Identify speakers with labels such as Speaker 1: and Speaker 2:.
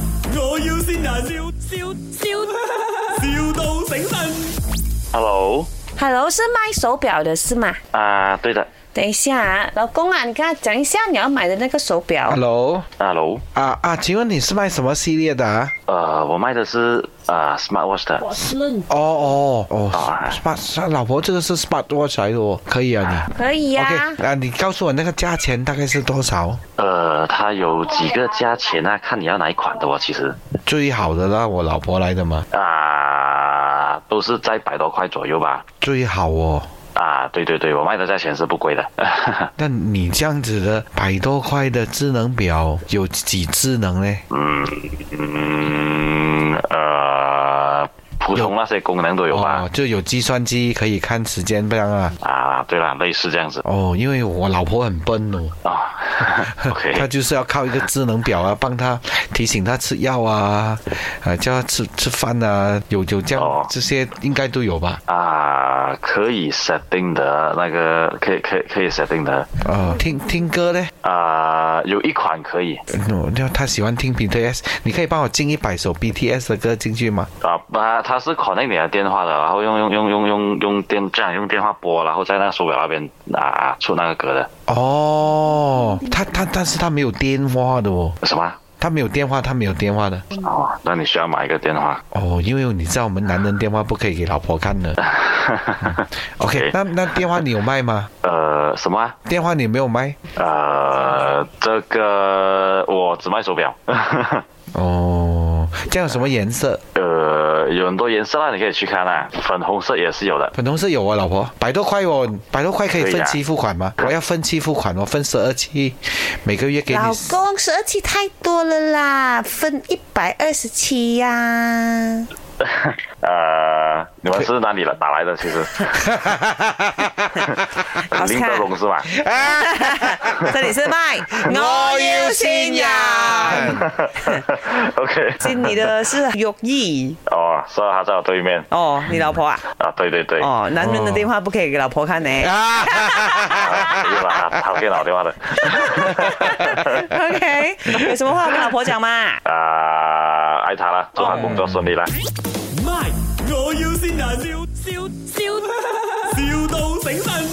Speaker 1: 要先人，笑笑笑，,笑到醒 神。
Speaker 2: Hello，
Speaker 3: Hello，是卖手表的是吗？
Speaker 2: 啊、对的
Speaker 3: 等一下啊，老公啊，你跟他讲一下你要买的那个手表。
Speaker 4: Hello，
Speaker 2: ，Hello，
Speaker 4: 啊啊，请问你是卖什么系列的啊？
Speaker 2: 呃，我卖的是啊、smartwatch 的，
Speaker 4: 哦哦哦
Speaker 2: 啊
Speaker 4: ，Smart，老婆，这个是 Smart Watch 来的哦，可以啊
Speaker 3: 可以
Speaker 4: 你。
Speaker 3: 呀、
Speaker 4: OK，啊，你告诉我那个价钱大概是多少？
Speaker 2: 呃，它有几个价钱啊？看你要哪一款的哦，其实
Speaker 4: 最好的啦，我老婆来的嘛，
Speaker 2: 啊、都是在百多块左右吧。
Speaker 4: 最好哦。
Speaker 2: 啊，对对对，我卖的价钱是不贵的。
Speaker 4: 那你这样子的百多块的智能表有几智能呢？
Speaker 2: 嗯嗯呃，普通那些功能都有吧
Speaker 4: 哦？，就有计算机可以看时间这样啊。
Speaker 2: 啊，对了，类似这样子
Speaker 4: 哦，因为我老婆很笨哦，
Speaker 2: 啊。OK，
Speaker 4: 她就是要靠一个智能表啊，帮她提醒她吃药啊，啊叫她吃吃饭啊，有有这样、
Speaker 2: 哦
Speaker 4: 这些应该都有吧？
Speaker 2: 啊，可以 setting 的那个，可以可以可以 setting 的
Speaker 4: 哦，听听歌呢？
Speaker 2: 啊，有一款可以
Speaker 4: 嗯，那她喜欢听 BTS，你可以帮我进一百首 BTS 的歌进去吗？
Speaker 2: 啊，它它是 connect 你的电话的，然后用用用用用用电这样用电话拨，然后在那个手表那边啊出那个歌的
Speaker 4: 哦，她她但是她没有电话的哦，
Speaker 2: 什么？啊
Speaker 4: 她没有电话，她没有电话的。
Speaker 2: 哦，那你需要买一个电话。
Speaker 4: 哦，因为你知道我们男人电话不可以给老婆看的。OK，那嗯那电话你有卖吗？
Speaker 2: 呃，什么啊？
Speaker 4: 电话你没有卖？
Speaker 2: 呃，这个我只卖手表，
Speaker 4: 哦，这样有什么颜色？
Speaker 2: 呃，有很多颜色啦，你可以去看啦，粉红色也是有的。
Speaker 4: 粉红色有啊，老婆，百多块哦，百多块可以
Speaker 2: 可以
Speaker 4: 分
Speaker 2: 啊
Speaker 4: 期付款吗？我要分期付款哦，分十二期，每个月给你
Speaker 3: 老。公，十二期太多了啦，分一百二十七呀。
Speaker 2: 呃，你们是哪里了打来的？其实，
Speaker 3: 好
Speaker 2: 林德
Speaker 3: 看
Speaker 2: 龙是吧？
Speaker 3: 这里是麦，
Speaker 4: 信仰嗯
Speaker 2: OK，
Speaker 3: 进你的是玉意
Speaker 2: 哦，所以他在我对面
Speaker 3: 哦，你老婆啊？
Speaker 2: 啊，对对对，
Speaker 3: 哦，男人的电话不可以给老婆看呢、
Speaker 4: 啊！
Speaker 2: 啊没有啦，他他给老电话的
Speaker 3: OK，有什么话我跟老婆讲嘛？
Speaker 2: 啊，爱他啦，祝他工作顺利啦。
Speaker 1: 卖，我要先人，笑笑笑，,笑到醒神。